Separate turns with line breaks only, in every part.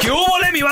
¿Qué hubo, le, mi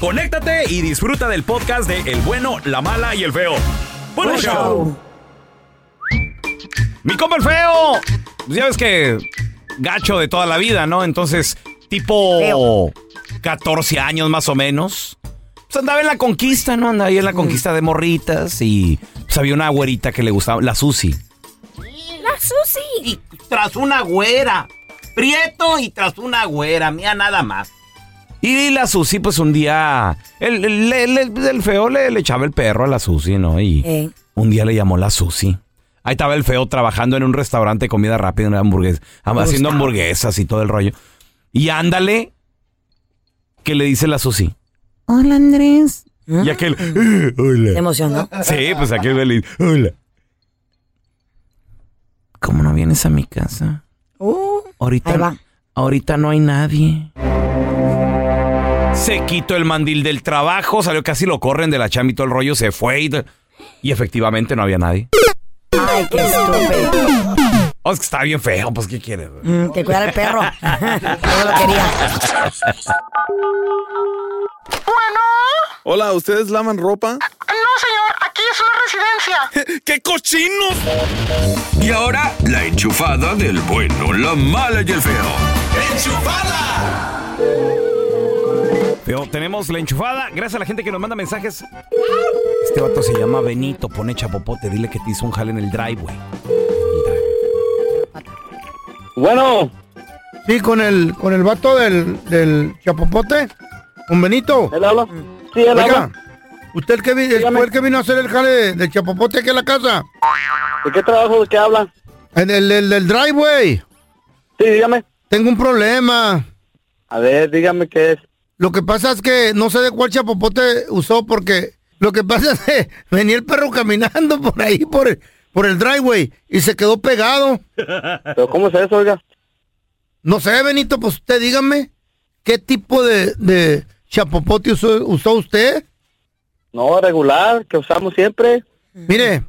conéctate y disfruta del podcast de El bueno, la mala y el feo. ¡Buen
Buen
show!
show.
Mi compa el feo. Pues ya ves que gacho de toda la vida, ¿no? Entonces, tipo 14 años más o menos. Pues andaba en la conquista, ¿no? Andaba ahí en la conquista de morritas y pues había una güerita que le gustaba, la Susi.
La Susi. Y tras una güera. Prieto y tras una güera. Mía nada más.
Y la Susi, pues un día, el, el- el- el- el feo le, le echaba el perro a la Susi, ¿no? Y un día le llamó la Susi. Ahí estaba el feo trabajando en un restaurante de comida rápida, una hamburguesa, am- haciendo hamburguesas y todo el rollo. Y ándale, que le dice la Susi.
Hola, Andrés.
Y aquel, "Eh, hola.
¿Te emocionó?
Sí, pues aquel güey le dice, hola. ¿Cómo no vienes a mi casa?
ahí
Ahorita,
va.
ahorita no hay nadie. Se quitó el mandil del trabajo, salió casi lo corren de la chamba y todo el rollo, se fue y, y efectivamente no había nadie.
Ay, qué estúpido.
Oh, es que está bien feo, pues ¿qué quieres? güey?
Mm, que cuidar el perro. Yo lo quería.
Hola, ¿ustedes lavan ropa?
No, señor, aquí es una residencia.
¡Qué cochinos!
Y ahora, la enchufada del bueno, la mala y el feo.
Feo, tenemos la enchufada, gracias a la gente que nos manda mensajes. Este vato se llama Benito, pone chapopote, dile que te hizo un jale en el driveway.
Bueno. Sí, con el, con el vato del, del Chapopote, con Benito. Mm.
¿Él habla? Sí, él
Oiga,
habla.
¿Usted el que, vi-
Dígame.
fue el que vino a hacer el jale de- del Chapopote aquí en la casa?
¿De qué trabajo? ¿De qué habla?
En el, el del driveway.
Sí, dígame.
Tengo un problema.
A ver, dígame qué es.
Lo que pasa es que no sé de cuál Chapopote usó porque lo que pasa es que venía el perro caminando por ahí, por el, por el driveway, y se quedó pegado.
¿Pero cómo es eso, oiga?
No sé, Benito, pues usted dígame, ¿qué tipo de, de chapopote usó, usó usted?
No, regular, que usamos siempre.
Mire,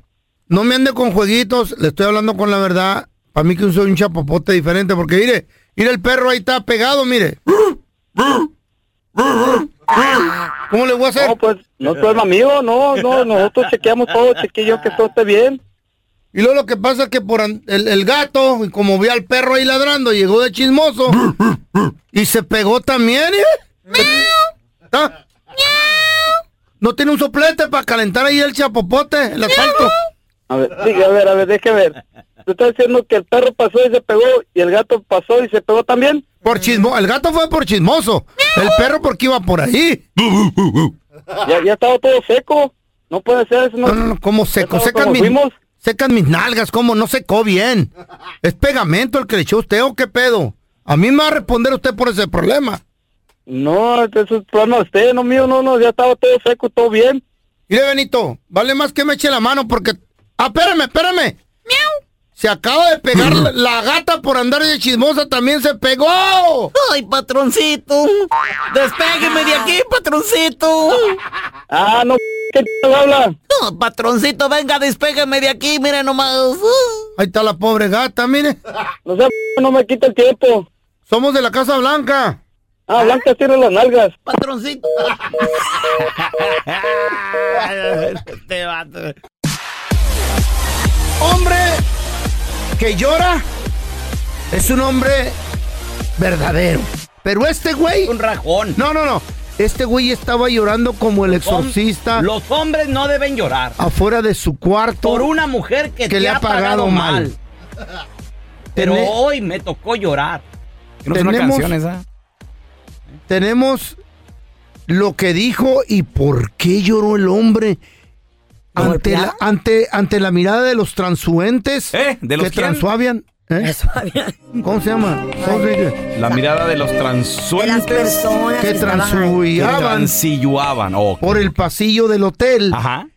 no me ande con jueguitos, le estoy hablando con la verdad. Para mí que usó un chapopote diferente, porque mire, mire el perro ahí está pegado, mire. ¿Cómo le voy a hacer?
No, pues, no es problema mío, no, no, nosotros chequeamos todo, chequeo que todo esté bien.
Y luego lo que pasa es que por an- el, el gato, y como vi al perro ahí ladrando, llegó de chismoso. y se pegó también, ¿eh? ¿Ah? ¿No tiene un soplete para calentar ahí el chapopote, el asfalto?
A ver, diga, a ver, a ver, déjeme ver. ¿Tú estás diciendo que el perro pasó y se pegó y el gato pasó y se pegó también?
Por chismo, el gato fue por chismoso. El perro porque iba por ahí.
Ya, ya estaba todo seco. No puede ser eso, no.
No, no, no, como seco,
¿Ya sabes
secan
cómo
mis,
fuimos?
secan mis nalgas, como no secó bien. ¿Es pegamento el que le echó usted o qué pedo? A mí me va a responder usted por ese problema.
No, eso es problema de usted, no mío, no, no, ya estaba todo seco, todo bien.
Mire, Benito, vale más que me eche la mano porque... Ah, espérame, espérame. Se acaba de pegar la- la gata por andar de chismosa, también se pegó. Ay, patroncito. Despégueme de aquí,
patroncito.
Ah, no, ¿qué habla?
No, patroncito, venga, despégueme de aquí, mire nomás.
Ahí está la pobre gata, mire.
No sé, no me quita el tiempo.
Somos de la Casa Blanca. ¿Eh?
Ah, Blanca, cierra las nalgas.
Patroncito. Este vato.
Hombre que llora es un hombre verdadero. Pero este güey. Un
rajón.
No, no, no. Este güey estaba llorando como el exorcista
Los hombres no deben llorar
afuera de su cuarto.
por una mujer que,
que le ha pagado mal.
Pero
Tené-
hoy me tocó llorar.
Tenemos lo que dijo y por qué lloró el hombre ante la, ante, ante la mirada de los transuentes
¿Eh? ¿De los
que
quién?
transuavian. ¿eh? ¿Cómo se llama? ¿Cómo se dice?
La mirada de los transuentes.
personas que que estaban ahí.
Que
transuaban.
transilluaban, ok.
Por el pasillo del hotel.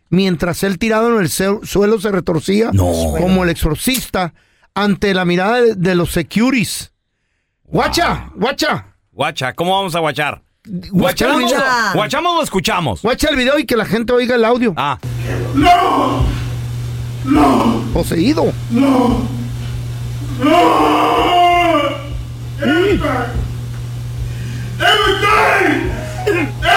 Mientras él tirado en el seu- suelo se retorcía como el exorcista ante la mirada de, de los securities. Guacha, guacha.
Guacha, ¿cómo vamos a guachar?
Guacha el
¿Guachamos?
video.
¿Guachamos o escuchamos?
Guacha el video y que la gente oiga el audio.
Ah.
¡No! ¡No! Poseído.
No. No. Everything. Everything.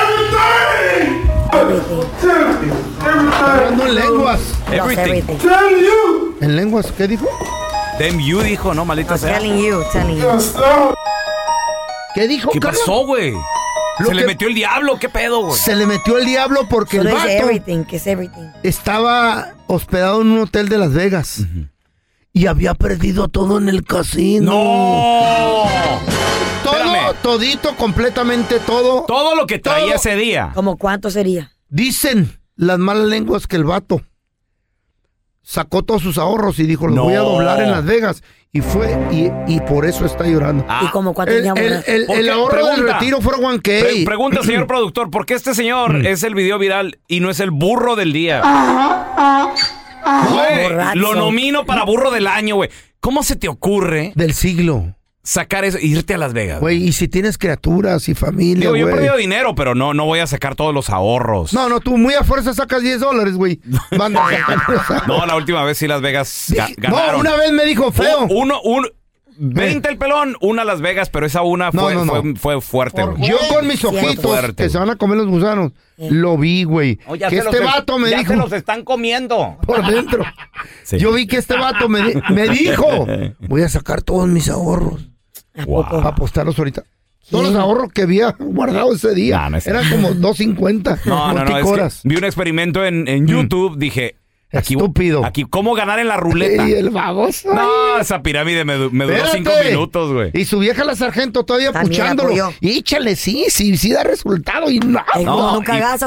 Everything. Everything.
Hablando en lenguas.
Everything.
Tell you.
¿En lenguas qué dijo?
Damn you dijo, no, maldita sea.
¿Qué dijo,
¿Qué
Carla?
pasó, güey?
Lo
Se
que-
le metió el diablo, ¿qué pedo, güey?
Se le metió el diablo porque
Solo
el
dice
vato
everything, que es everything.
estaba hospedado en un hotel de Las Vegas y había perdido todo en el casino.
¡No!
Todo, todito, completamente todo.
Todo lo que traía ese día.
¿Como cuánto sería? Dicen las malas lenguas que el vato sacó todos sus ahorros y dijo, los
No.
voy a doblar en Las Vegas. Y fue, y, y por eso está llorando.
Ah. ¿Y como cuánto
el,
ya
el,
voló?
el-
¿Por
el
qué?
ahorro del
Pregunta.
retiro fue Mm. 1K.
Pre- pregunta, señor productor, ¿por qué este señor es el video viral y no es el burro del día?
Ah,
Güey, lo nomino para burro del año, güey. ¿Cómo se te ocurre
Del siglo.
sacar eso e irte a Las Vegas?
Güey, y si tienes criaturas y familia,
Digo, yo he
güey.
perdido dinero, pero no, no voy a sacar todos los ahorros.
No, no, tú muy a fuerza sacas 10 dólares, güey. Banda.
No, la última vez sí Las Vegas ga- ganaron.
no, una vez me dijo feo.
Uno, uno, 20 el pelón, una Las Vegas, pero esa una fue,
No, no, no.
fue, fue fuerte, güey.
Yo con mis
Fue
ojitos
fuerte,
que se van a comer los gusanos, lo vi, güey.
Oh, ya
que
se
este
los-
vato me
ya
dijo
se los están comiendo.
por dentro. Yo vi que este vato me, di- me dijo, voy a sacar todos mis ahorros. Para apostarlos ahorita. Todos los ahorros que había guardado ese día.
es
Eran
cierto.
como 2.50.
No, no, no. es que
corticoras.
vi un experimento en,
Mm.
en YouTube, dije. Aquí, Estúpido. Aquí, ¿cómo ganar en la ruleta?
Y el baboso.
No, esa pirámide me, du- me duró
Espérate.
cinco minutos, güey.
Y su vieja la sargento todavía
También
puchándolo.
apoyó.
Y échale, sí, sí, sí da resultado. Y no,
No,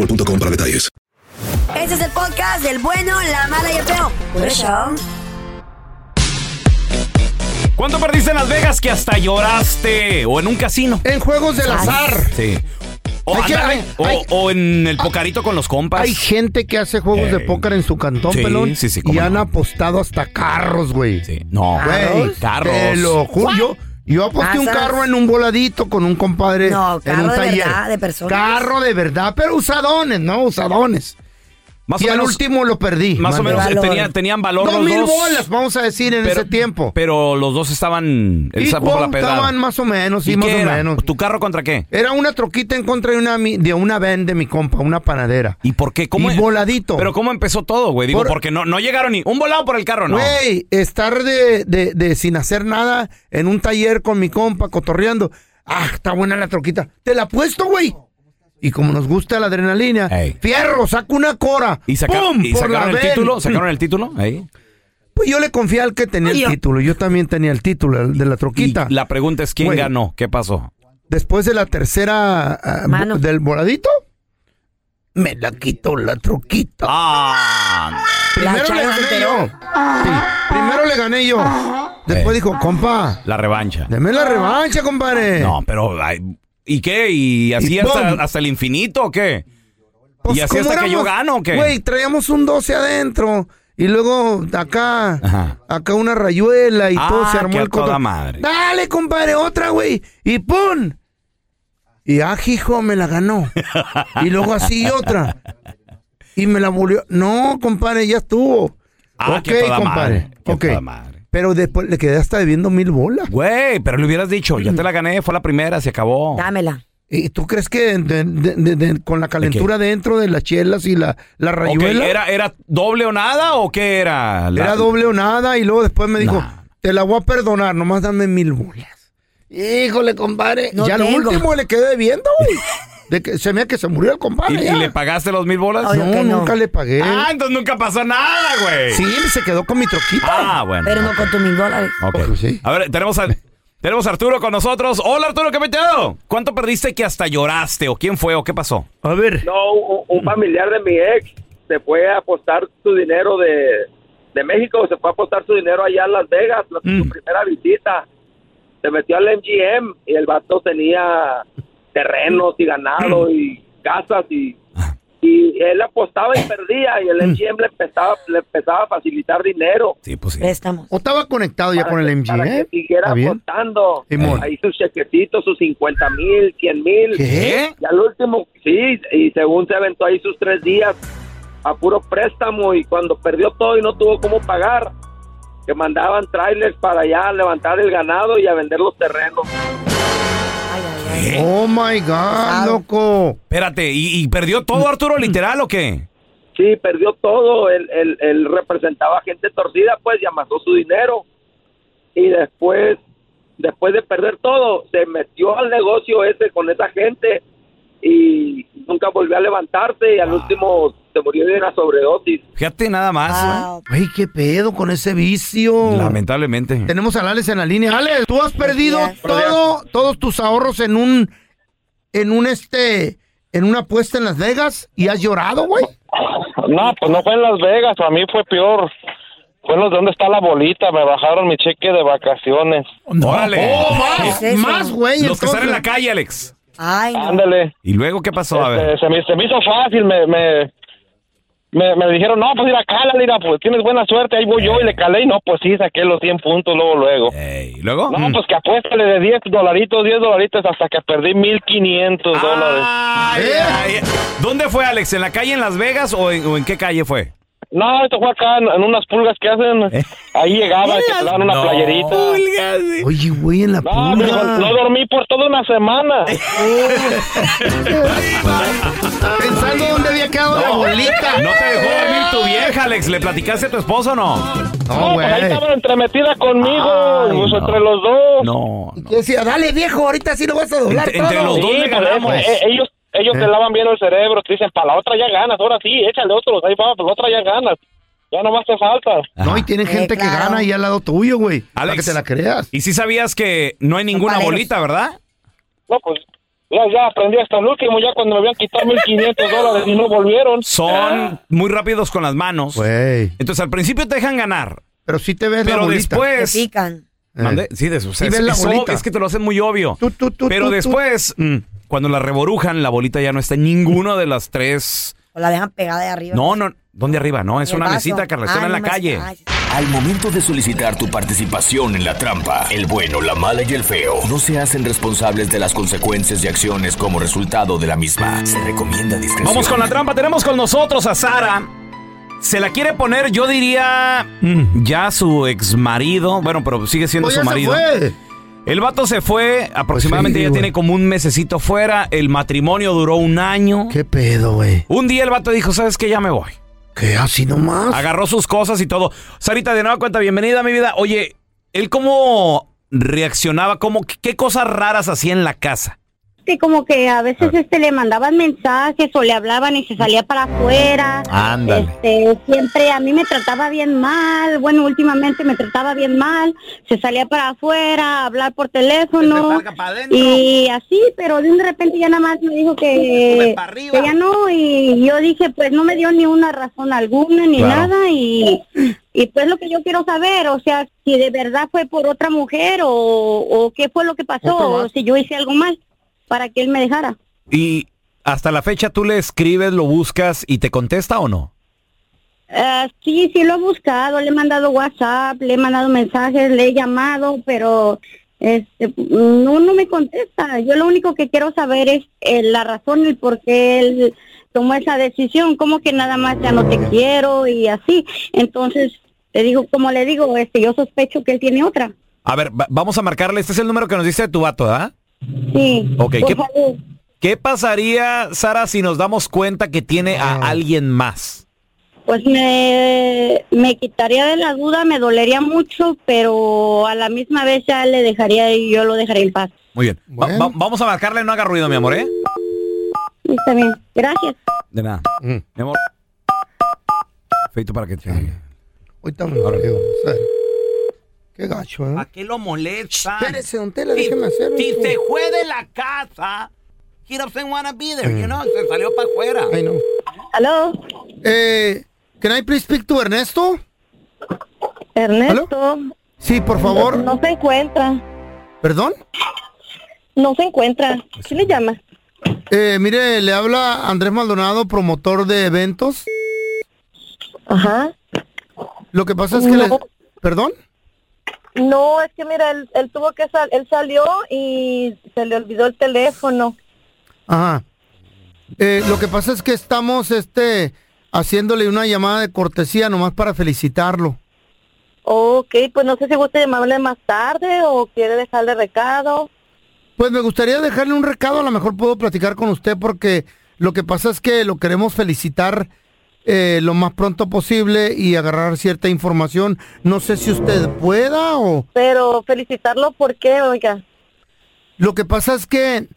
para detalles.
Este es el podcast del bueno, la mala y el feo. Por eso.
¿Cuánto perdiste en Las Vegas que hasta lloraste? ¿O en un casino?
En juegos del azar.
Sí. O,
Hay que-
ándale,
hay-
o-
hay-
o en el pocarito con los compas.
Hay gente que hace juegos de
Ey.
póker en su cantón,
Eh, Sí,
pelón.
sí, sí, cómo
y
no.
han apostado hasta carros, güey.
No.
Güey,
Carros.
Te lo juro. Yo, yo aposté un
Casas.
carro en un voladito con un compadre en
carro
un
de
taller.
verdad, de personas.
Carro de verdad, pero usadones, ¿no? Usadones.
Más
y
o
al
menos-
último lo perdí.
Más o
mano.
menos eh, tenía- tenían valor
Dos
los
mil
dos.
bolas, vamos a decir, en
Pero-
ese tiempo.
Pero los dos estaban el
Y
sapo por la pedada.
estaban más o menos, sí,
¿Y
más
qué
o
era?
menos.
¿Tu carro contra qué?
Era una troquita en contra de una, mi- de una van de mi compa, una panadera.
¿Y por qué? e-?
¿Cómo y voladito.
Pero cómo empezó todo, güey. Digo,
Por-
porque no, no llegaron ni un volado por el carro, no.
Güey, estar de, de- de sin hacer nada en un taller con mi compa, cotorreando. Ah, está buena la troquita. Te la apuesto, güey. Y como nos gusta la adrenalina, fierro, saco una cora.
¿Y, saca-
¡Pum!
y
Por
sacaron
la
el
ven.
título? ¿Sacaron el título? Ahí.
Pues yo le confié al que tenía el título. Yo también tenía el título el de la troquita.
La pregunta es quién
Güey.
ganó, qué pasó.
Después de la tercera ah, bo- del voladito, me la quitó la troquita.
Ah.
Ah. Primero le gané yo. Sí, primero le gané yo. Después dijo, compa,
La revancha.
deme la revancha, compadre.
No, pero ay, ¿y qué? ¿Y así
Y
hasta,
pum.
hasta el infinito o qué?
Pues,
¿Y así
¿cómo
hasta que yo
éramos?
gano o qué?
Güey, traíamos un 12 adentro. Y luego acá, acá una rayuela y
Ah,
todo se armó
que a
el coto-
toda madre.
Dale, compadre, otra, güey. Y ¡pum! Y ah, hijo, me la ganó. y luego así otra. Y me la volvió. No, compadre, ya estuvo.
Ah,
ok,
que a toda
compadre.
madre, que a
Ok.
toda
Pero después le quedé hasta debiendo mil bolas.
Güey, pero le hubieras dicho, ya te la gané, fue la primera, se acabó.
Dámela.
¿Y tú crees que de- de- de- de- con la calentura dentro de las chelas y la, la
Ok,
rayuela?
¿era, ¿Era doble o nada o qué era? La-
Era doble o nada y luego después me dijo, te la voy a perdonar, nomás dame mil bolas. Híjole, compadre.
No
ya lo
tengo.
último le quedé viendo, güey. De que se me que se murió el
¿Y,
compadre.
y
ya.
le pagaste los mil bolas?
no, nunca le pagué.
Ah, entonces nunca pasó nada, güey.
Sí, se quedó con mi troquita.
Ah, bueno.
Pero no con tus mil dólares.
Ok. A ver, tenemos a, tenemos a Arturo con nosotros. Hola, Arturo, ¿qué metido? ¿Cuánto perdiste que hasta lloraste? ¿O quién fue o qué pasó?
A ver.
No, un, un familiar de mi ex se fue a apostar su dinero de, de México, se fue a apostar su dinero allá en Las Vegas, la-
Mm.
su primera visita. Se metió al MGM y el vato tenía terrenos y
Mm.
ganado y casas y,
Ah.
y él apostaba y perdía y el MGM le empezaba, le empezaba a facilitar dinero.
Mm. Sí, pues
Préstamo.
O estaba conectado ya con el MG,
Para que
¿eh?
siguiera
Está bien.
apostando.
Simón.
Ahí sus chequecitos, sus 50 mil, 100 mil.
¿Qué?
Y al último, sí, y según se aventó ahí sus tres días a puro préstamo y cuando perdió todo y no tuvo cómo pagar, que mandaban trailers para allá a levantar el ganado y a vender los terrenos.
Oh my God, loco.
Espérate, ¿y, y perdió todo, Arturo, literal o qué?
Sí, perdió todo. Él, él- él representaba gente torcida, pues, y amasó su dinero. Y después, después de perder todo, se metió al negocio ese con esa gente y nunca volvió a levantarse y
Ah.
al último se murió de una sobredosis.
Fíjate nada más.
Güey, qué pedo con ese vicio.
Lamentablemente.
Tenemos a Alex en la línea. Alex, tú has perdido
días.
todo, todos tus ahorros en un, en un este, en una apuesta en Las Vegas y has llorado, güey.
No, pues no fue en Las Vegas, para mí fue peor. Fue los de donde está la bolita, me bajaron mi cheque de vacaciones.
Órale.
Oh,
más, más, güey.
Los que están en la
entonces.
calle, Alex.
Ay,
Ándale.
¿Y luego qué pasó? A ver.
Este, se, me, se me hizo fácil, me, me, me, me dijeron, no, pues mira, cala, mira, pues tienes buena suerte, ahí voy yo y le calé y no, pues sí, saqué los 100 puntos luego, luego.
¿Y luego? Mm.
No, pues que apuéstale de 10 dolaritos, 10 dolaritos hasta que perdí 1500
Ah,
dólares.
Ay, ay, ay. ¿Dónde fue, Eh. Alex? ¿En la calle en Las Vegas o en, o en qué calle fue?
No, esto fue acá en, en unas pulgas que hacen. Ahí llegaba, que te daban una
No.
playerita.
Oye, güey, en la
No,
pulga.
mijo, Ah, no dormí por toda una semana.
Pensando dónde había quedado la bolita.
¿No te dejó dormir tu vieja, Alex? ¿Le platicaste a tu esposo o no?
No, pues ahí estaban entremetidas conmigo,
Ay,
pues,
no.
entre los dos.
No.
Yo decía, dale viejo, ahorita sí lo vas a doblar
Sí,
todo.
pues, eh, eh, ellos ellos te
Eh.
lavan bien el cerebro, te dicen, para la otra ya ganas, ahora sí, échale otros, ahí va, para la otra ya ganas. Ya nomás te falta.
No, y
eh,
tienen gente que gana ahí al lado tuyo, güey. Para que te la creas.
¿Y si sabías que no hay ninguna
Paleros.
bolita, verdad?
No, pues ya, ya aprendí hasta el último, ya cuando me habían quitado 1.500 dólares y no volvieron. Ah.
Son muy rápidos con las manos. Entonces al principio te dejan ganar.
Pero sí te ves
Pero
la bolita.
después...
Te pican.
Mande- Sí, de sus
Sí ves Eh. la bolita.
Es que te lo hacen muy obvio. Pero
tú, tú.
después, mm, cuando la reborujan, la bolita ya no está en ninguna de las tres...
O la dejan pegada de arriba.
No, no, ¿dónde arriba? No, es
En el
una
vaso.
mesita, Carla,
Ah,
está en
no
la
me-
calle.
Ay.
Al momento de solicitar tu participación en la trampa, el bueno, la mala y el feo no se hacen responsables de las consecuencias y acciones como resultado de la misma. Se recomienda discreción.
Vamos con la trampa. Tenemos con nosotros a Sara. Se la quiere poner, yo diría, mm, ya su ex marido. Bueno, pero sigue siendo
Pues
su
ya se
marido.
fue. Pues
El vato se fue, aproximadamente
sí,
ya
güey.
tiene como un mesecito fuera. El matrimonio duró un año.
¿Qué pedo, güey?
Un día el vato dijo, ¿sabes qué? Ya me voy.
¿Qué? Así nomás.
Agarró sus cosas y todo. Sarita, de nueva cuenta, bienvenida a mi vida. Oye, ¿él cómo reaccionaba? ¿Cómo, ¿Qué cosas raras hacía en la casa?
que como que a veces este le mandaban mensajes o le hablaban y se salía para afuera.
Ándale.
Este, siempre a mí me trataba bien mal, bueno, últimamente me trataba bien mal, se salía para afuera a hablar por teléfono y así, pero de un repente ya nada más me dijo que, que ya no y yo dije, pues no me dio ni una razón alguna ni
Claro.
nada y y pues lo que yo quiero saber, o sea, si de verdad fue por otra mujer o, o qué fue lo que pasó,
Otro vato.
o si yo hice algo mal para que él me dejara.
Y hasta la fecha tú le escribes, lo buscas y te contesta o no?
Ah, sí, sí lo he buscado, le he mandado WhatsApp, le he mandado mensajes, le he llamado, pero este, no, no me contesta. Yo lo único que quiero saber es eh, la razón, el por qué él tomó esa decisión, como que nada más ya no te quiero y así. Entonces, te digo, como le digo, este, yo sospecho que él tiene otra.
A ver, va- vamos a marcarle. Este es el número que nos dice tu vato, ¿ah?
Sí.
Ok,
por
¿qué,
favor.
qué pasaría, Sara, si nos damos cuenta que tiene a alguien más?
Pues me, me quitaría de la duda, me dolería mucho, pero a la misma vez ya le dejaría y yo lo dejaría en paz.
Muy bien. Va- va- vamos a marcarle, no haga ruido, mi amor, ¿eh?
Está bien, gracias.
De nada.
Mm.
Mi amor. Feito para que te...
Ahorita me marqueo, o sea, Qué gacho, ¿eh?
¿Qué lo molesta?
Espérese, don Tela, déjeme hacerlo.
Si se fue de la casa, he doesn't wanna be there,
Mm.
you know, se salió para afuera.
Ay, no.
Hello.
Eh, can I please speak to Ernesto?
Ernesto.
Sí, por favor.
No, se encuentra,
¿Perdón?
no se encuentra. ¿Quién le llama?
Eh, mire, le habla Andrés Maldonado, promotor de eventos.
Ajá.
Lo que pasa es que...
No.
le- ¿Perdón?
No, es que mira, él, él tuvo que sal, él salió y se le olvidó el teléfono.
Ajá. Eh, lo que pasa es que estamos, este, haciéndole una llamada de cortesía nomás para felicitarlo.
Ok, pues no sé si gusta llamarle más tarde o quiere dejarle recado.
Pues me gustaría dejarle un recado, a lo mejor puedo platicar con usted porque lo que pasa es que lo queremos felicitar eh, lo más pronto posible y agarrar cierta información. No sé si usted pueda o...
Pero felicitarlo, ¿por qué, oiga?
Lo que pasa es que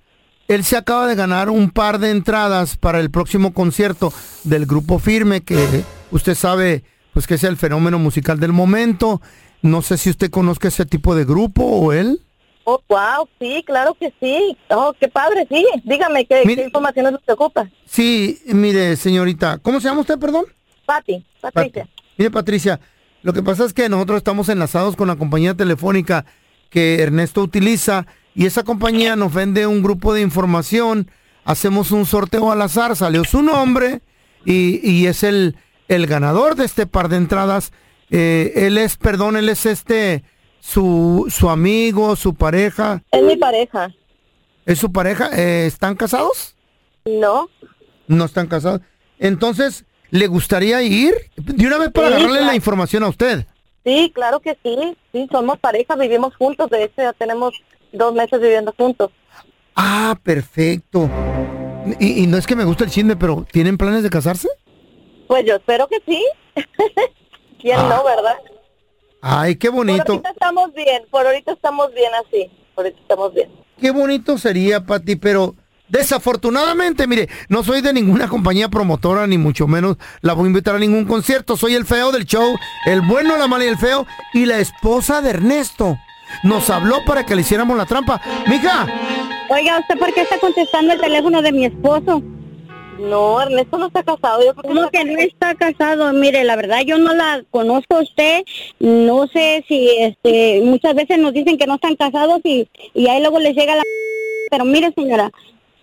él se acaba de ganar un par de entradas para el próximo concierto del grupo Firme, que usted sabe pues que es el fenómeno musical del momento. No sé si usted conozca ese tipo de grupo o él.
Oh, wow, sí, claro que sí. Oh, qué padre, sí. Dígame, ¿qué, qué información nos ocupa?
Sí, mire, señorita, ¿cómo se llama usted, perdón?
Pati, Patricia.
Mire, Patricia, lo que pasa es que nosotros estamos enlazados con la compañía telefónica que Ernesto utiliza y esa compañía nos vende un grupo de información, hacemos un sorteo al azar, salió su nombre y, y es el, el ganador de este par de entradas. Eh, él es, perdón, él es este, su, su amigo, su pareja.
Es mi pareja.
¿Es su pareja? Eh, ¿Están casados?
No,
No están casados. Entonces, ¿Le gustaría ir? De una vez para
Sí,
agarrarle la
claro.
información a usted.
Sí, claro que sí. Sí, somos pareja, vivimos juntos. De hecho, ya tenemos dos meses viviendo juntos.
Ah, perfecto. Y, y no es que me guste el chisme, pero ¿tienen planes de casarse?
Pues yo espero que sí. ¿Quién
Ah.
no, verdad?
Ay, qué
Por
bonito.
ahorita estamos bien. Por ahorita estamos bien así. Por ahorita estamos bien.
Qué bonito sería, Pati, pero desafortunadamente, mire, no soy de ninguna compañía promotora, ni mucho menos la voy a invitar a ningún concierto. Soy el feo del show, el bueno, la mala y el feo, y la esposa de Ernesto. Nos habló para que le hiciéramos la trampa. Mija,
Oiga, ¿usted por qué está contestando el teléfono de mi esposo?
No, Ernesto no está casado. Yo
¿Cómo que no está casado? Mire, la verdad yo no la conozco a usted. No sé si, este, muchas veces nos dicen que no están casados y, y ahí luego les llega la... Pero mire, señora,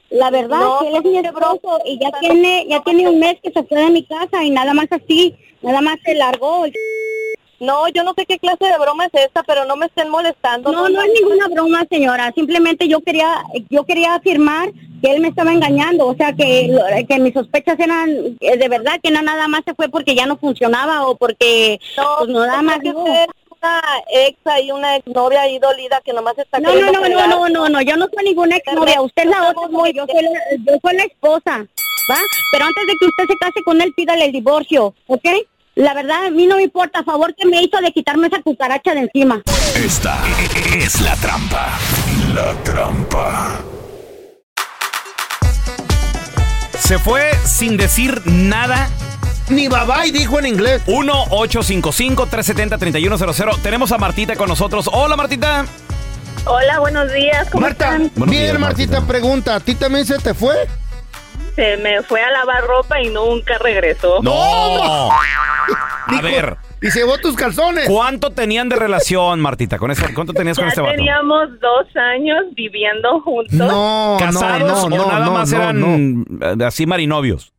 la verdad
No,
que él es mi esposo y ya tiene, ya tiene un mes que se fue de mi casa y nada más así, nada más se largó.
No, yo no sé qué clase de broma es esta, pero no me estén molestando.
No, no es ninguna broma, señora. Simplemente yo quería, yo quería afirmar que él me estaba engañando, o sea que, lo- que mis sospechas eran eh, de verdad que no nada más se fue porque ya no funcionaba o porque
No,
pues, no nada
es
más.
que
no.
usted es una ex y una exnovia ahí dolida que nomás está
No, no,
queriendo
no, no,
fregar.
no, no, no, yo no soy ninguna exnovia, usted es la otra, porque yo soy la, yo soy la esposa, ¿va? Pero antes de que usted se case con él, pídale el divorcio, ¿ok? La verdad, a mí no me importa, a favor que me hizo de quitarme esa cucaracha de encima.
Esta es la trampa. La trampa.
Se fue sin decir nada.
Ni babay dijo en inglés.
1-855-370-3100. Tenemos a Martita con nosotros. Hola, Martita.
Hola, buenos días. ¿Cómo
Marta,
están?
Buenos
bien,
días,
Martita, pregunta, ¿a ti también se te fue?
Se me fue a lavar ropa y nunca regresó.
¡No! A
Dijo,
ver.
Y se llevó tus calzones.
¿Cuánto tenían de relación, Martita? Con este, ¿Cuánto tenías con
Ya
este vato?
teníamos dos años viviendo juntos.
No,
¿Casados o nada más eran eh, así marinovios?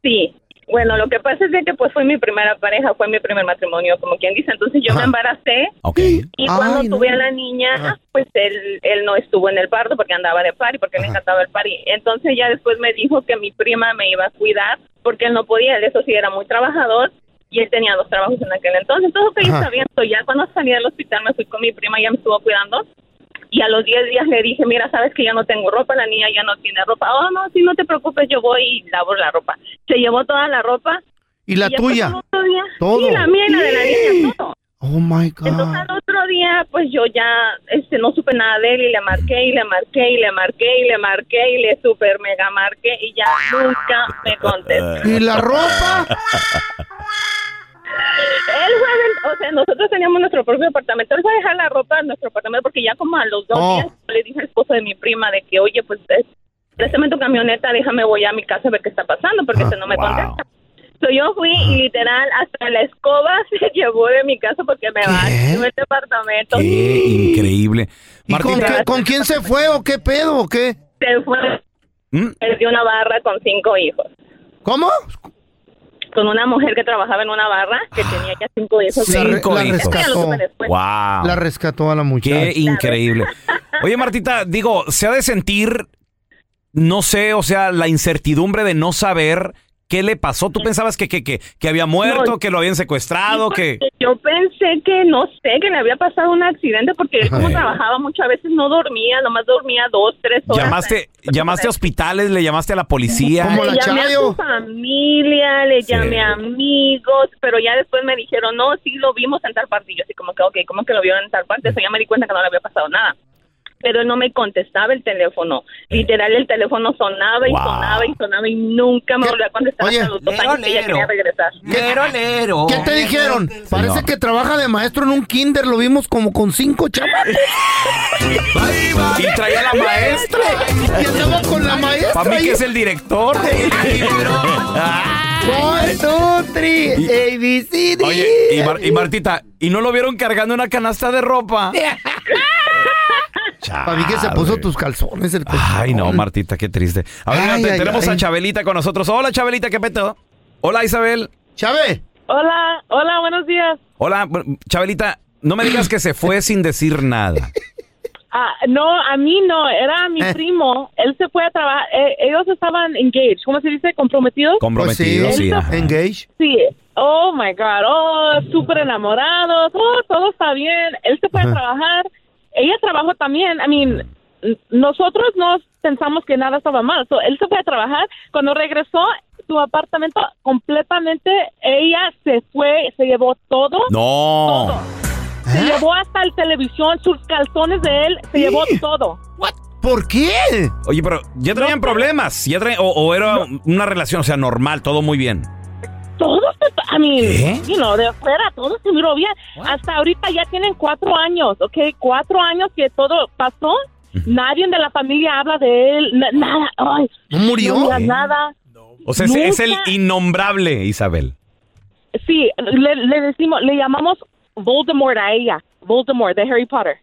Sí. Bueno, lo que pasa es de que pues fue mi primera pareja, fue mi primer matrimonio, como quien dice. Entonces yo me embaracé
Ok.
y cuando
Ay, no.
tuve a la niña, pues él, él no estuvo en el parto porque andaba de party, porque le encantaba el party. Entonces ya después me dijo que mi prima me iba a cuidar porque él no podía, él eso sí era muy trabajador y él tenía dos trabajos en aquel entonces. Entonces, ok,
Ajá.
está bien. Entonces, ya cuando salí del hospital me fui con mi prima, ya me estuvo cuidando. Y a los 10 días le dije, mira, sabes que ya no tengo ropa, la niña ya no tiene ropa. Oh, no, sí, no te preocupes, yo voy y lavo la ropa. Se llevó toda la ropa.
¿Y la
después
tuya?
al otro día-
Todo.
Sí, la mía y la de la niña, todo.
Oh my
Entonces
God.
al otro día, pues yo ya este, no supe nada de él y le marqué y le marqué y le marqué y le marqué y le super mega marqué y ya nunca me contestó.
¿Y la ropa?
Él fue, a ven- o sea, nosotros teníamos nuestro propio apartamento. Él fue a dejar la ropa en nuestro apartamento porque ya como a los dos
Oh.
días yo le dije al esposo de mi prima de que, oye, pues es- préstame tu camioneta, déjame voy a mi casa a ver qué está pasando
Ah,
porque si no me contesta. So, yo fui y literal hasta la escoba se llevó de mi casa porque me va el departamento.
Qué increíble.
¿Y con,
Martita.
qué- con quién se fue o qué pedo o qué? ¿Mm?
Se fue. Perdió una barra con cinco hijos.
¿Cómo?
Con una mujer que trabajaba en una barra que tenía ya cinco hijos.
Cinco
la
hijos.
rescató.
Wow.
La rescató a la muchacha.
Qué increíble. Oye, Martita, digo, se ha de sentir, no sé, o sea, la incertidumbre de no saber qué le pasó. ¿Tú pensabas que, que, que, que había muerto, que lo habían secuestrado, que...
Yo pensé que, no sé, que le había pasado un accidente porque él como
Ajá.
trabajaba mucho, a veces no dormía, nomás dormía dos, tres horas.
Llamaste, llamaste a hospitales, le llamaste a la policía.
le llamé a su familia, le llamé a amigos, pero ya después me dijeron, no, sí lo vimos en tal parte. Y yo así como que, ok, ¿cómo que lo vieron en tal parte? Eso ya me di cuenta que no le había pasado nada. Pero él no me contestaba el teléfono. Literal, el teléfono sonaba y
Wow.
sonaba y sonaba y nunca me volvió a contestar hasta los dos
lero,
años que ya
lero.
quería regresar.
Lero, lero.
¿Qué te dijeron? Parece que trabaja de maestro en un kinder, lo vimos como con cinco chamas.
Y traía a la maestra.
Y andaba con la maestra.
Para mí
ahí.
que es el director.
One, two, three, ABCD.
Oye, y, Mar- y Martita, ¿y no lo vieron cargando una canasta de ropa?
Para mí que se puso tus calzones. El
Ay, no, Martita, qué triste. A ver,
Ay,
te-
ay,
tenemos
ay.
a Chabelita con nosotros. Hola, Chabelita, ¿qué peto? Hola, Isabel.
Chave.
Hola, hola, buenos días.
Hola, bu- Chabelita, no me digas que se fue sin decir nada.
Ah, no, a mí no, era a
Eh.
mi primo. Él se fue a trabajar, eh, ellos estaban engaged, ¿cómo se dice? ¿Comprometidos? Pues
Comprometido,
Él
sí.
se-
ajá.
Sí, oh my God, oh, súper enamorados, oh, todo está bien. Él se fue a trabajar, ella trabajó también. I mean, n- nosotros no pensamos que nada estaba mal. So, él se fue a trabajar. Cuando regresó, su apartamento completamente, ella se fue, se llevó todo.
Oh.
No.
Se
¿Eh?
llevó hasta el televisión, sus calzones de él, se llevó todo.
¿Por qué? Oye, pero ya traían problemas. Ya traían- o, o era una relación, o sea, normal, todo muy bien.
Todo se, a mí, you know, de afuera, todo se miró bien. Hasta ahorita ya tienen cuatro años, ¿ok? Cuatro años que todo pasó. Nadie de la familia habla de él, na- nada. Ay,
¿No murió?
no digas nada.
O sea, es, es el
Nunca-
innombrable, Isabel.
Sí, le, le decimos, le llamamos Voldemort a ella. Voldemort de Harry Potter.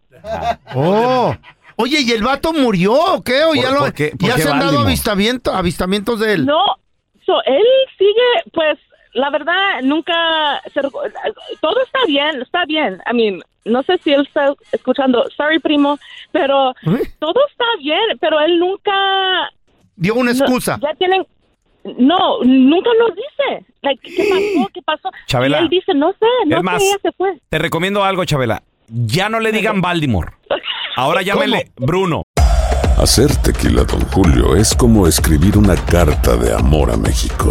Oh. Oye, ¿y el vato murió o qué? ¿O
¿Por-
ya lo-
por qué- por
ya
qué
se han dado
Valdemar?
avistamiento, avistamientos de él?
No, so, él sigue, pues, la verdad, nunca, se recu- todo está bien, está bien. I mean, no sé si él está escuchando, sorry, primo, pero todo está bien, pero él nunca...
Dio una excusa.
ya tienen... No, nunca nos dice. Like, ¿Qué pasó? ¿Qué pasó?
Chabela.
Y él dice, no sé, no
Es
sé,
más,
ella se fue.
Te recomiendo algo, Chabela. Ya no le digan Baltimore. Ahora llámele Bruno.
Hacer tequila, Don Julio, es como escribir una carta de amor a México.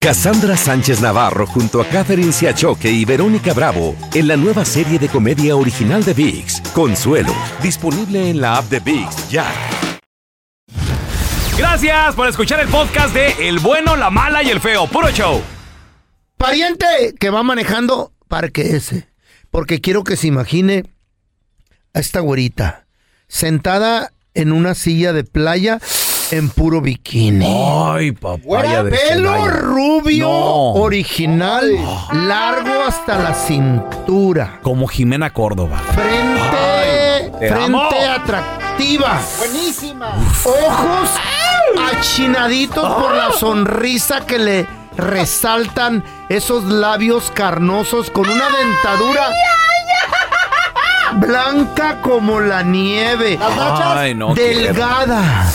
Cassandra Sánchez Navarro junto a Catherine Siachoque y Verónica Bravo en la nueva serie de comedia original de VIX, Consuelo, disponible en la app de VIX ya.
Gracias por escuchar el podcast de El bueno, la mala y el feo. Puro show.
Pariente que va manejando, parque ese. Porque quiero que se imagine a esta güerita sentada en una silla de playa en puro bikini.
Ay, papaya de
pelo
Celaya.
rubio,
No.
original, largo hasta la cintura.
Como Jimena Córdoba.
Frente,
te
frente
amo.
atractiva. Buenísima. Ojos achinaditos
Ah.
por la sonrisa que le resaltan esos labios carnosos con una dentadura blanca como la nieve.
nachas. Ay, no quiero.
delgada.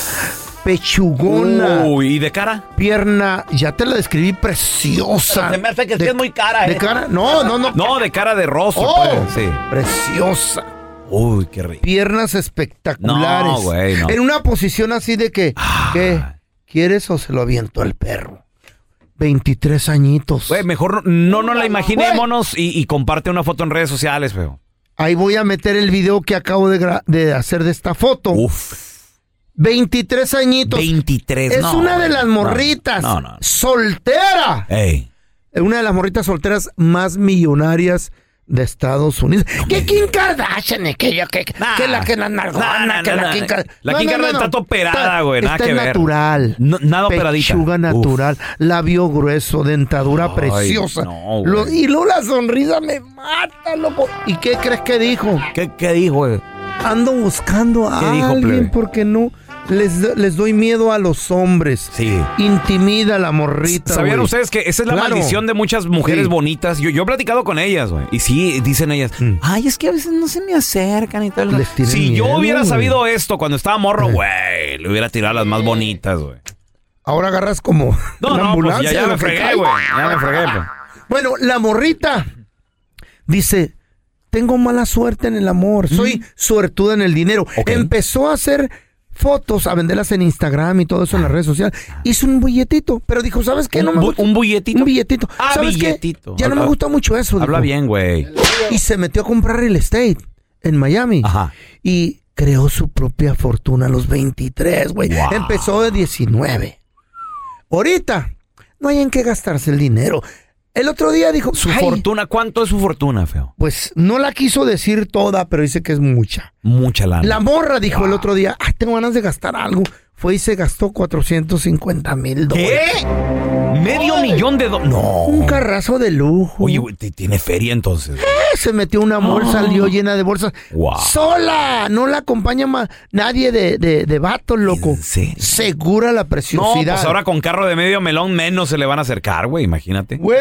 Pechugona.
Uy, ¿y de cara?
Pierna, ya te la describí preciosa.
Pero se me hace que sí es muy cara,
¿De
¿eh?
cara? No, no, no.
No, de cara de rosa,
Oh,
pues, sí.
Preciosa.
Uy, qué rico.
Piernas espectaculares.
No, güey, no. Ah.
En una posición así de que, ¿qué? ¿Quieres o se lo aviento al perro? 23 añitos.
Güey, Eh, mejor no, no nos la imaginémonos y, y comparte una foto en redes sociales, feo.
Ahí voy a meter el video que acabo de, gra- de hacer de esta foto.
Uf.
23 añitos.
23,
Es
no,
una de las
no,
morritas.
no, no, no.
Soltera.
Ey.
Una de las morritas solteras más millonarias de Estados Unidos. ¿Qué Kim Kardashian? eh, Que, yo, que, que la que la nalgona,
Nah, nah,
que
nah,
la
nah.
Kim Kardashian.
La Kim Kardashian está toda operada, güey, nada
está
que ver.
natural.
No- nada operadita.
Pechuga natural, labio grueso, dentadura
Ay,
preciosa.
no, güey.
Lo- y luego la sonrisa me mata, loco. ¿Y qué crees que dijo?
¿Qué, qué dijo, güey?
Ando buscando a
¿Qué dijo, plebe?
alguien porque no les, do- les doy miedo a los hombres.
Sí.
Intimida la morrita.
¿Sabían
güey.
ustedes que esa es la
Claro.
maldición de muchas mujeres
Sí.
bonitas? Yo, yo he platicado con ellas, güey. Y sí, dicen ellas. Ay, es que a veces no se me acercan y todo.
Les Mm. tienen
Si yo
miedo,
hubiera
güey. Mm.
sabido esto cuando estaba morro, güey, le hubiera tirado a las más bonitas, güey.
Ahora agarras como una
No, no, pues
ambulancia.
ya, ya
lo
me
que
fregué,
cae.
güey. Ya me fregué, pues.
Bueno, la morrita dice,
Mm.
tengo mala suerte en el amor, soy suertuda en el dinero. Empezó a hacer fotos a venderlas en Instagram y todo eso en las redes sociales. Hizo un billetito, pero dijo, ¿sabes qué? No
Ah. ¿Un
me
bu-
gusta-
un billetito?
Un billetito.
Ah,
¿Sabes qué?
billetito.
Ya no me
Habla-
gusta mucho eso.
Habla
dijo.
bien, güey.
Y se metió a comprar real estate en Miami. Y creó su propia fortuna a los 23, güey.
Wow.
Empezó de 19. Ahorita no hay en qué gastarse el dinero. El otro día dijo...
Su
"Ay,
fortuna, ¿cuánto es su fortuna, feo?
Pues no la quiso decir toda, pero dice que es mucha.
Mucha lana.
La morra dijo el otro día, ay, tengo ganas de gastar algo. Fue y se gastó 450 mil dólares.
Medio millón de dólares. No.
Un carrazo de lujo.
Oye, güey, te- Ah. tiene feria entonces.
¡Eh! Se metió una bolsa, salió llena de bolsas.
Wow.
Sola, no la acompaña más nadie de, de, de vatos, loco. Segura la
No,
preciosidad.
pues ahora con carro de medio melón menos se le van a acercar, güey, imagínate.
Güey.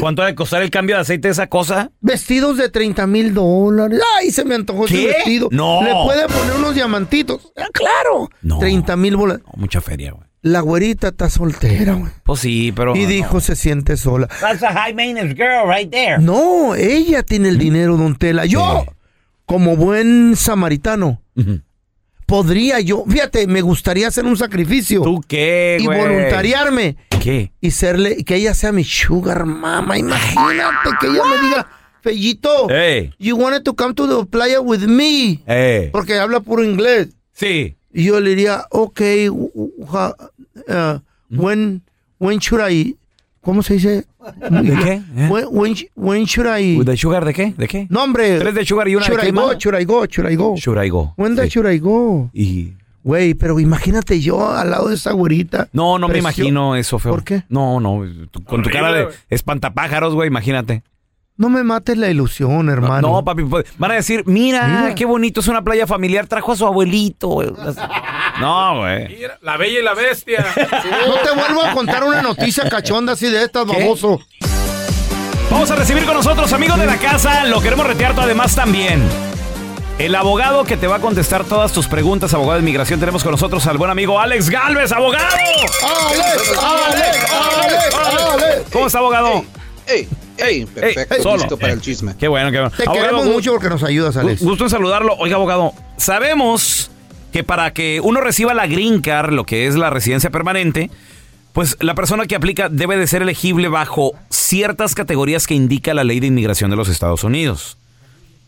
¿Cuánto ha de costar el cambio de aceite de esa cosa?
Vestidos de 30 mil dólares. Ay, se me antojó ese
¿Qué?
vestido.
No.
Le puede poner unos diamantitos. Ah, claro. 30 mil bolas.
Mucha feria, güey.
La güerita está soltera, güey.
Pues sí, pero...
Y dijo, se siente sola.
That's a high maintenance girl right there.
No, ella tiene
Mm.
el dinero, don Tela. Yo, como buen samaritano, podría yo, fíjate, me gustaría hacer un sacrificio. ¿Tú
Eh,
qué,
Y
güey?
voluntariarme.
¿Qué?
Y serle, que ella sea mi sugar mama. Imagínate que ella me diga, Fellito,
Ey.
you wanted to come to the playa with me.
Eh.
Porque habla puro inglés.
Sí.
Y yo le diría, ok, w- w- uh, when, when should I, ¿cómo se dice?
¿De qué?
When, when, sh- when should I...
¿De sugar de qué? ¿De qué?
No, hombre.
Tres de sugar y una de
should I
crema.
go, should I go, should I go?
Should I go?
When the should I go?
Y...
Güey, pero imagínate yo al lado de esa güerita.
No, no me
Precio-
imagino eso, feo.
¿Por qué?
No, no. tú- con tu cara de espantapájaros, güey, imagínate.
No me mates la ilusión, hermano.
No, papi, pues, van a decir, mira,
Mira.
qué bonito es una playa familiar, trajo a su abuelito. güey". No, güey.
La bella y la bestia.
No te vuelvo a contar una noticia cachonda así de estas, baboso.
Vamos a recibir con nosotros, amigos de la casa, lo queremos retear además también. El abogado que te va a contestar todas tus preguntas, abogado de inmigración, tenemos con nosotros al buen amigo Alex Galvez, abogado.
¡Alex, Alex, Alex, Alex!
¿Cómo está, abogado?
¡Ey! ¡Ey! Perfecto,
solo. Eh,
listo para el chisme.
Qué bueno, qué bueno.
Te
queremos mucho porque nos ayudas, Alex.
gu- Gusto en saludarlo. Oiga, abogado, sabemos que para que uno reciba la green card, lo que es la residencia permanente, pues la persona que aplica debe de ser elegible bajo ciertas categorías que indica la ley de inmigración de los Estados Unidos.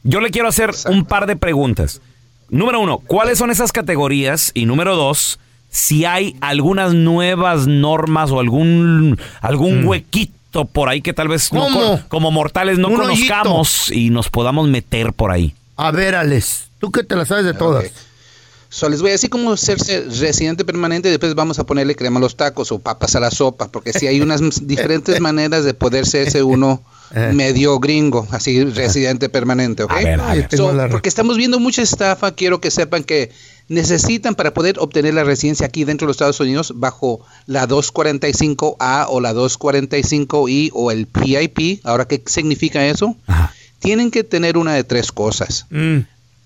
Yo le quiero hacer un par de preguntas. Número uno, ¿cuáles son esas categorías? Y número dos, si hay algunas nuevas normas o algún, algún huequito por ahí que tal vez no
Mm. ¿Cómo?
con- como mortales no
Un hoyito.
conozcamos y nos podamos meter por ahí.
A ver, Alex, tú que te la sabes de todas.
So, les voy a decir cómo hacerse residente permanente y después vamos a ponerle crema a los tacos o papas a la sopa, porque si hay unas diferentes maneras de poder hacerse uno
Eh.
medio gringo, así residente permanente, ¿ok? Ay,
tengo
so,
la re-
porque estamos viendo mucha estafa, quiero que sepan que necesitan para poder obtener la residencia aquí dentro de los Estados Unidos bajo la 245A o la 245I o el PIP. Ahora, ¿qué significa eso? Tienen que tener una de tres cosas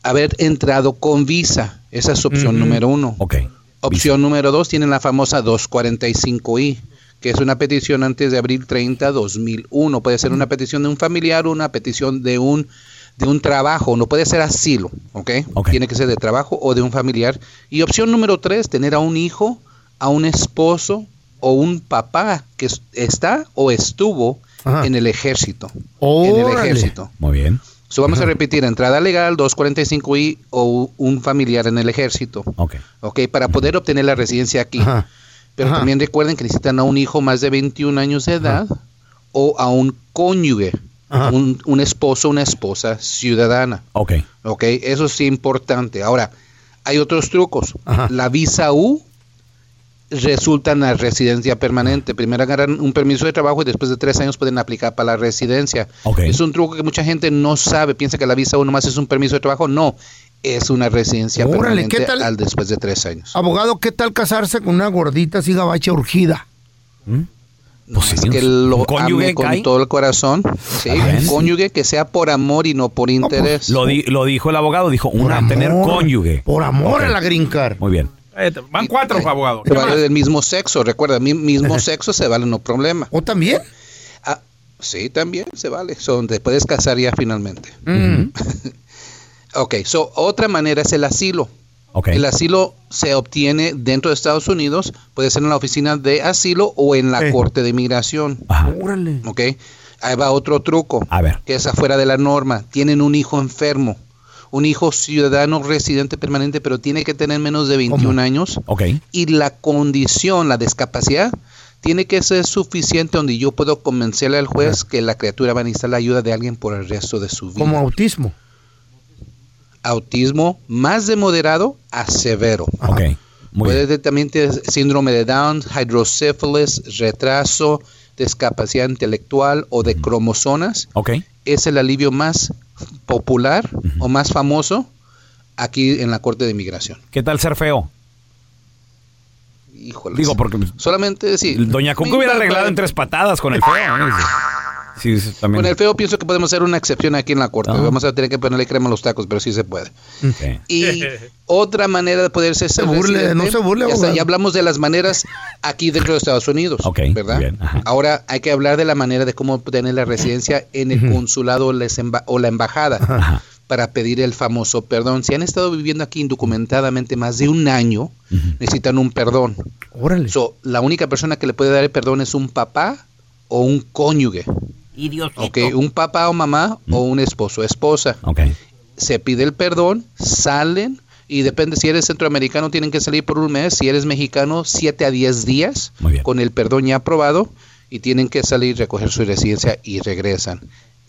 haber entrado con visa. Esa es opción
Ujú.
número uno.
Okay.
Opción número dos, tienen la famosa 245I, que es una petición antes de abril 30, 2001. Puede ser una petición de un familiar, una petición de un de un trabajo, no puede ser asilo, ¿ok? Tiene que ser de trabajo o de un familiar. Y opción número tres, tener a un hijo, a un esposo o un papá que es- está o estuvo en el ejército. En el
Órale.
ejército.
Muy bien.
So, vamos a repetir, entrada legal 245i o un familiar en el ejército.
Ok.
para poder obtener la residencia aquí. Pero también recuerden que necesitan a un hijo más de 21 años de edad o a un cónyuge, un, un esposo, una esposa ciudadana.
Ok.
Ok, eso sí importante. Ahora, hay otros trucos. La visa U resulta en la residencia permanente. Primero agarran un permiso de trabajo y después de tres años pueden aplicar para la residencia. Es un truco que mucha gente no sabe, piensa que la visa U nomás es un permiso de trabajo. No, es una residencia
Órale,
permanente
¿qué tal?
al después de tres años.
Abogado, ¿qué tal casarse con una gordita así gabacha urgida?
Es que lo
Pues cónyuge
ame con
cae?
todo el corazón. Sí, un cónyuge que sea por amor y no por
pues,
interés.
Lo, di- lo dijo el abogado, dijo una tener cónyuge.
Por amor
a la
green card.
Muy bien.
Van cuatro, abogado. Eh, Se vale del mismo sexo, recuerda, mi- mismo sexo se vale, no problema. Ah,
¿O también?
sí, también se vale. Son, te puedes
Mm.
casar ya finalmente. Ok, so otra manera es el asilo.
Ok.
El asilo se obtiene dentro de Estados Unidos, puede ser en la oficina de asilo o en la Corte de Inmigración.
Órale.
¿Ok? Ahí va otro truco.
A ver.
Que es afuera de la norma. Tienen un hijo enfermo. Un hijo ciudadano residente permanente, pero tiene que tener menos de 21 años.
Ok.
Y la condición, la discapacidad, tiene que ser suficiente donde yo puedo convencerle al juez que la criatura va a necesitar la ayuda de alguien por el resto de su vida.
Como autismo.
Autismo más de moderado a severo.
Ah,
Ok.
Puede de- también tener síndrome de Down, hidrocéfalos, retraso, discapacidad intelectual o de cromosomas.
Ok.
Es el alivio más popular o más famoso aquí en la Corte de Inmigración.
¿Qué tal ser feo?
Híjole.
Digo, porque
Solamente sí.
Doña Cuca hubiera arreglado en tres patadas con el feo. ¿no? Sí, sí, también.
Con el feo pienso que podemos hacer una excepción aquí en la corte.
Ah.
Vamos a tener que ponerle crema a los tacos, pero sí se puede.
Ok.
Y otra manera de poderse ser
burle,
residente,
no se burle,
ya, está,
abogado.
ya hablamos de las maneras aquí dentro de Estados Unidos, ¿verdad? Ahora hay que hablar de la manera de cómo obtener la residencia en el consulado o la emba- o la embajada para pedir el famoso perdón. Si han estado viviendo aquí indocumentadamente más de un año, necesitan un perdón. So, la única persona que le puede dar el perdón es un papá o un cónyuge. Ok, un papá o mamá o un esposo o esposa. Se pide el perdón, salen y depende si eres centroamericano tienen que salir por un mes, si eres mexicano 7 a 10 días con el perdón ya aprobado y tienen que salir, recoger su residencia y regresan.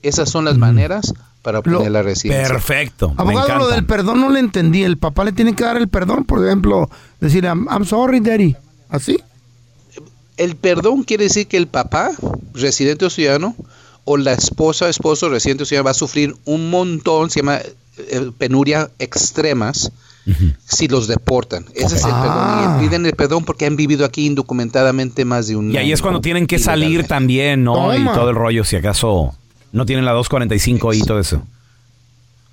Esas son las maneras para obtener la residencia.
Perfecto.
Abogado, lo del perdón no le entendí. El papá le tiene que dar el perdón, por ejemplo, decirle, I'm, I'm sorry, daddy. ¿Así?
El perdón quiere decir que el papá, residente o ciudadano, o la esposa o esposo, residente o ciudadano, va a sufrir un montón, se llama eh, penuria extremas, si los deportan. Ese es el perdón. Y piden el perdón porque han vivido aquí indocumentadamente más de un año.
Ah. Y ahí es cuando tienen que salir también, ¿no?
Toma.
Y todo el rollo, si acaso no tienen la 245 y todo eso.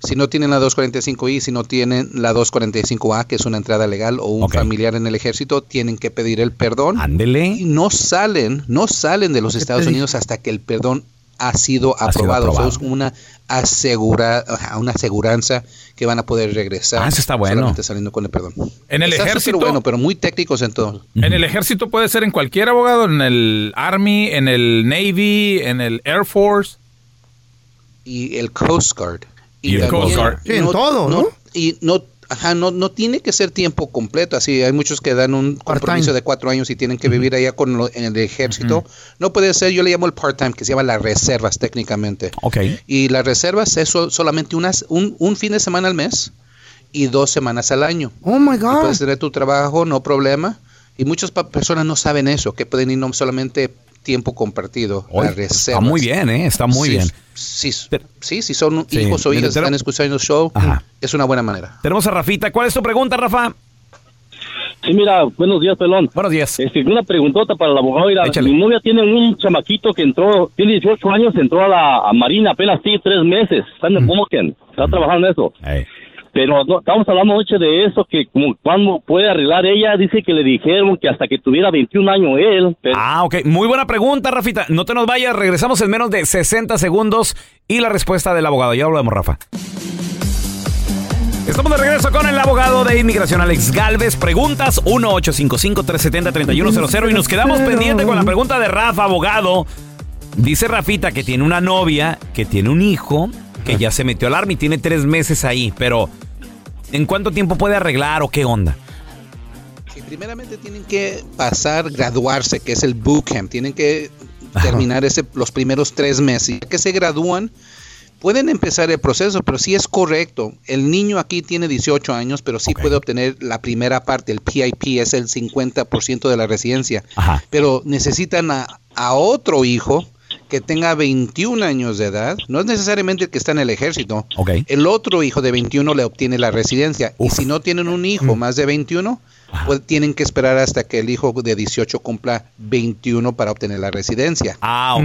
Si no tienen la 245I, si no tienen la 245A, que es una entrada legal o un familiar en el ejército, tienen que pedir el perdón.
Ándele.
Y no salen, no salen de los Estados
te dije?
Unidos hasta que el perdón ha sido aprobado.
aprobado.
Eso es una asegura, ajá, una aseguranza que van a poder regresar.
Ah, eso está bueno.
Solamente saliendo con el perdón.
En el
Está súper
ejército-
bueno, pero muy técnicos en todo.
En el ejército puede ser en cualquier abogado, en el Army, en el Navy, en el Air Force.
Y el Coast Guard.
Y el Coast
también
Guard.
Sí, en todo, ¿no?
Y no, ajá, no, no tiene que ser tiempo completo. Así hay muchos que dan un compromiso de cuatro años y tienen que vivir allá con lo- en el ejército. No puede ser, yo le llamo el part-time, que se llama las reservas técnicamente.
Ok.
Y las reservas es so- solamente unas, un, un fin de semana al mes y dos semanas al año.
Oh, my
Y
God.
Puedes tener tu trabajo, no problema. Y muchas pa- personas no saben eso, que pueden ir no solamente tiempo compartido,
Oye,
las reservas.
Está muy bien, ¿eh? Está muy
Sí,
bien.
Sí, sí, si son
Sí,
hijos o
mira,
hijas que
pero-
están escuchando el show,
Ajá.
es una buena manera.
Tenemos a Rafita. ¿Cuál es tu pregunta, Rafa?
Sí, mira, buenos días, Pelón.
Buenos días.
Este, una preguntota para el abogado. Mira,
Échale.
mi novia tiene un chamaquito que entró, tiene 18 años, entró a la a Marina apenas, sí, tres meses. Está en el Pumoken, está trabajando en eso. Pero no- estamos hablando noche de eso, que como cuando puede arreglar ella, dice que le dijeron que hasta que tuviera 21 años él. pero-
Ah, ok. Muy buena pregunta, Rafita. No te nos vayas. Regresamos en menos de 60 segundos y la respuesta del abogado. Ya hablamos, Rafa. Estamos de regreso con el abogado de inmigración Alex Galvez. Preguntas 1-855-370-3100 y nos quedamos pendientes con la pregunta de Rafa, abogado. Dice Rafita que tiene una novia, que tiene un hijo, que ya se metió al army, tiene tres meses ahí, pero ¿en cuánto tiempo puede arreglar o qué onda?
Y primeramente tienen que pasar, graduarse, que es el bootcamp. Tienen que terminar ese, los primeros tres meses. Ya que se gradúan, pueden empezar el proceso, pero sí es correcto. El niño aquí tiene 18 años, pero sí puede obtener la primera parte. El PIP es el 50% de la residencia. Pero necesitan a, a otro hijo que tenga 21 años de edad. No es necesariamente el que está en el ejército.
Ok.
El otro hijo de 21 le obtiene la residencia. Y si no tienen un
Mm.
hijo más de 21, pues tienen que esperar hasta que el hijo de 18 cumpla 21 para obtener la residencia.
Ah, ok.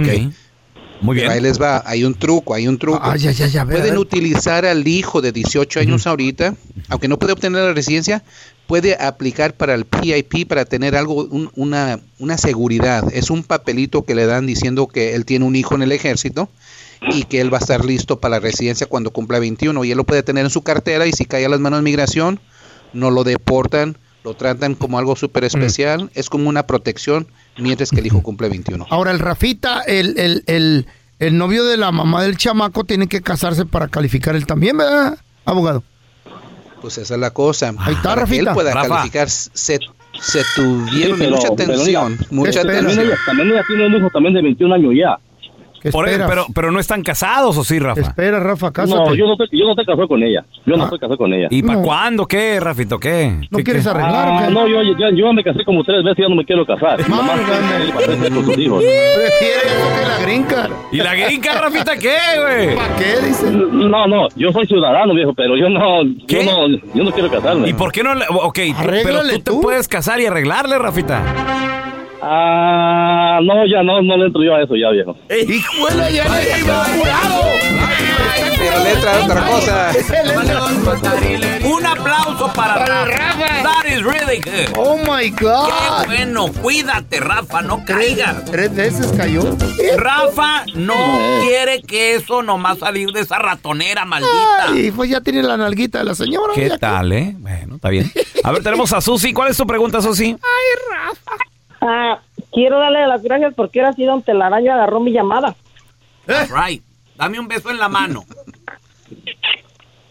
Muy bien.
Pero ahí les va, hay un truco, hay un truco.
Ah, ya, ya, ya, a ver, a
Pueden
ver.
utilizar al hijo de 18 años ahorita, aunque no puede obtener la residencia, puede aplicar para el PIP para tener algo, un- una, una seguridad. Es un papelito que le dan diciendo que él tiene un hijo en el ejército y que él va a estar listo para la residencia cuando cumpla 21 y él lo puede tener en su cartera y si cae a las manos de migración no lo deportan, lo tratan como algo
Mm.
súper especial, es como una protección mientras que el hijo cumple 21.
Ahora, el Rafita, el, el, el, el novio de la mamá del chamaco, tiene que casarse para calificar él también, ¿verdad, abogado?
Pues esa es la cosa. Ahí
está,
para que él
Rafita.
pueda
Rafa.
calificar, se, se
Sí,
tuvieron
pero-
mucha
pero
atención,
mira,
mucha
eh, también
atención.
ella- También ella tiene un hijo también de 21 años ya.
Por- e-, pero, pero no están casados, ¿o sí, Rafa? Ah.
Espera, Rafa, cásate.
No, yo no, estoy, yo no estoy casado con ella. Yo no estoy casado con ella.
¿Y para cuándo qué, Rafito? ¿Qué? ¿Qué- qué?
Ah, No, yo, yo, yo me casé como tres veces y ya no me quiero casar. Mamá, con sus hijos.
Prefiere eso que la grinca.
¿Y la gringa, Rafita, qué, güey?
¿Para qué, dice?
No, no, yo soy ciudadano, viejo, pero yo no, yo no, yo no quiero casarme.
¿Y por qué no? le- Ok, tú- pero tú, te puedes casar y arreglarle, Rafita.
Ah, no, ya no, no le entro yo a eso ya, viejo.
¡Hijuela, ya le
Pero letra de otra cosa.
Un aplauso para Rafa. That is really
Eh.
good.
Oh my God.
Qué bueno, cuídate, Rafa, no caigas.
Ah. Tres veces cayó.
Rafa no quiere que eso nomás salir de esa ratonera maldita.
Y pues ya tiene la nalguita de la señora.
¿Qué
ya.
tal, eh? Bueno, está bien. A ver, tenemos a Susi. ¿Cuál es tu pregunta, Susi?
Ah, quiero darle las gracias porque ahora sí Don Telaraño agarró mi llamada.
That's right. Dame un beso en la mano.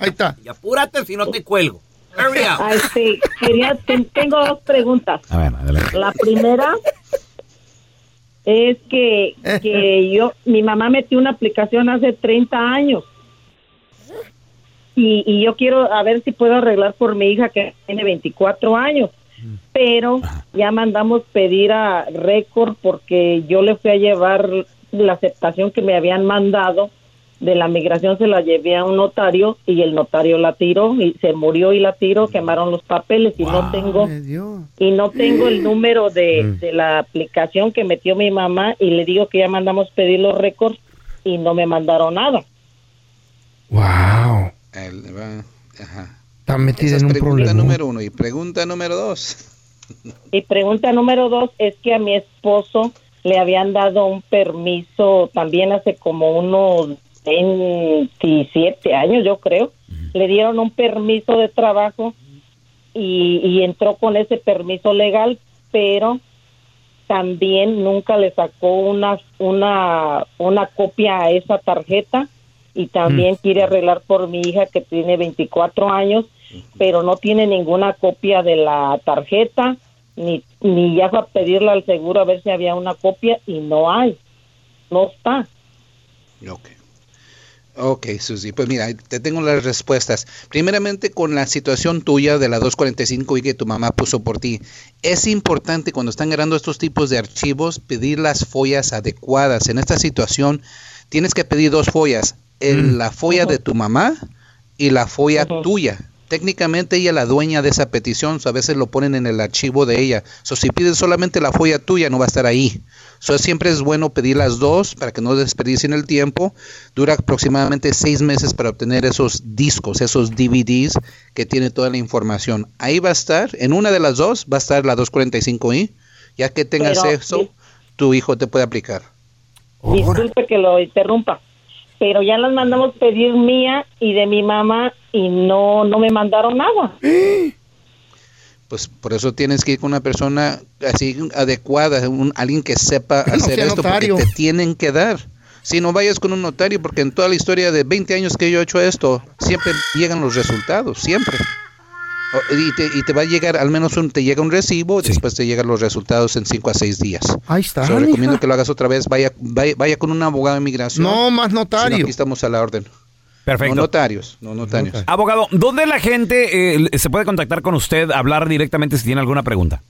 Ahí está.
Y apúrate si no te cuelgo. Hurry up.
Ah, este, quería- ten- tengo dos preguntas.
A ver,
La primera es que, que yo, mi mamá metió una aplicación hace 30 años. Y, y yo quiero a ver si puedo arreglar por mi hija que tiene 24 años. Pero ya mandamos pedir a récord porque yo le fui a llevar la aceptación que me habían mandado de la migración, se la llevé a un notario y el notario la tiró y se murió y la tiró, quemaron los papeles y no tengo y no tengo el número de, de la aplicación que metió mi mamá y le digo que ya mandamos pedir los récords y no me mandaron nada.
Wow.
Él va- ajá.
Está metida
Esa es
en un
pregunta
problema.
número uno. Y pregunta número dos.
Y pregunta número dos es que a mi esposo le habían dado un permiso también hace como unos 27 años, yo creo. Le dieron un permiso de trabajo y, y entró con ese permiso legal, pero también nunca le sacó una, una, una copia a esa tarjeta y también quiere arreglar por mi hija que tiene 24 años, pero no tiene ninguna copia de la tarjeta ni, ni ya fue a pedirle al seguro a ver si había una copia y no hay, no está.
Ok, Susi, pues mira, te tengo las respuestas. Primeramente, con la situación tuya de la 245 y que tu mamá puso por ti, es importante cuando están agarrando estos tipos de archivos pedir las follas adecuadas. En esta situación, tienes que pedir dos follas: el- la folla de tu mamá y la folla tuya. Técnicamente ella es la dueña de esa petición, so a veces lo ponen en el archivo de ella. So, si pides solamente la folla tuya, no va a estar ahí. So, siempre es bueno pedir las dos para que no desperdicien el tiempo. Dura aproximadamente seis meses para obtener esos discos, esos DVDs que tiene toda la información. Ahí va a estar, en una de las dos va a estar la 245i. Ya que tengas
Pero-
eso, tu hijo te puede aplicar.
Disculpe que lo interrumpa, pero ya las mandamos pedir mía y de mi mamá y no, no me mandaron nada.
Pues por eso tienes que ir con una persona así adecuada, un- alguien que sepa hacer
sea
esto,
notario.
porque te tienen que dar. Si no vayas con un notario, porque en toda la historia de 20 años que yo he hecho esto, siempre llegan los resultados, siempre. O- Y te, y te va a llegar, al menos un- te llega un recibo, después te llegan los resultados en 5 a 6 días.
Ahí está.
So, recomiendo
mija.
que lo hagas otra vez, vaya, vaya, vaya con un abogado de inmigración.
No, más notario.
Si no, aquí estamos a la orden.
Perfecto.
No notarios, no notarios.
Abogado, ¿dónde la gente eh, se puede contactar con usted, hablar directamente si tiene alguna pregunta?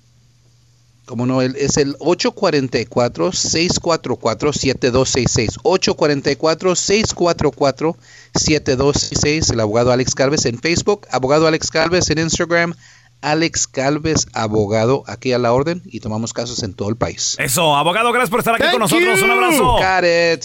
Como no, el- es el 844-644-7266. 844-644-7266. El abogado Alex Calves en Facebook, abogado Alex Calves en Instagram, Alex Calves Abogado, aquí a la orden y tomamos casos en todo el país.
Eso, abogado, gracias por estar aquí con nosotros. Un abrazo.
Got it.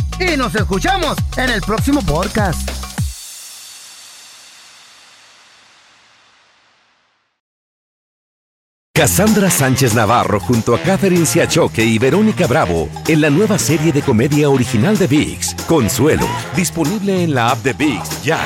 Y nos escuchamos en el próximo podcast.
Cassandra Sánchez Navarro junto a Catherine Siachoque y Verónica Bravo en la nueva serie de comedia original de VIX, Consuelo, disponible en la app de VIX ya.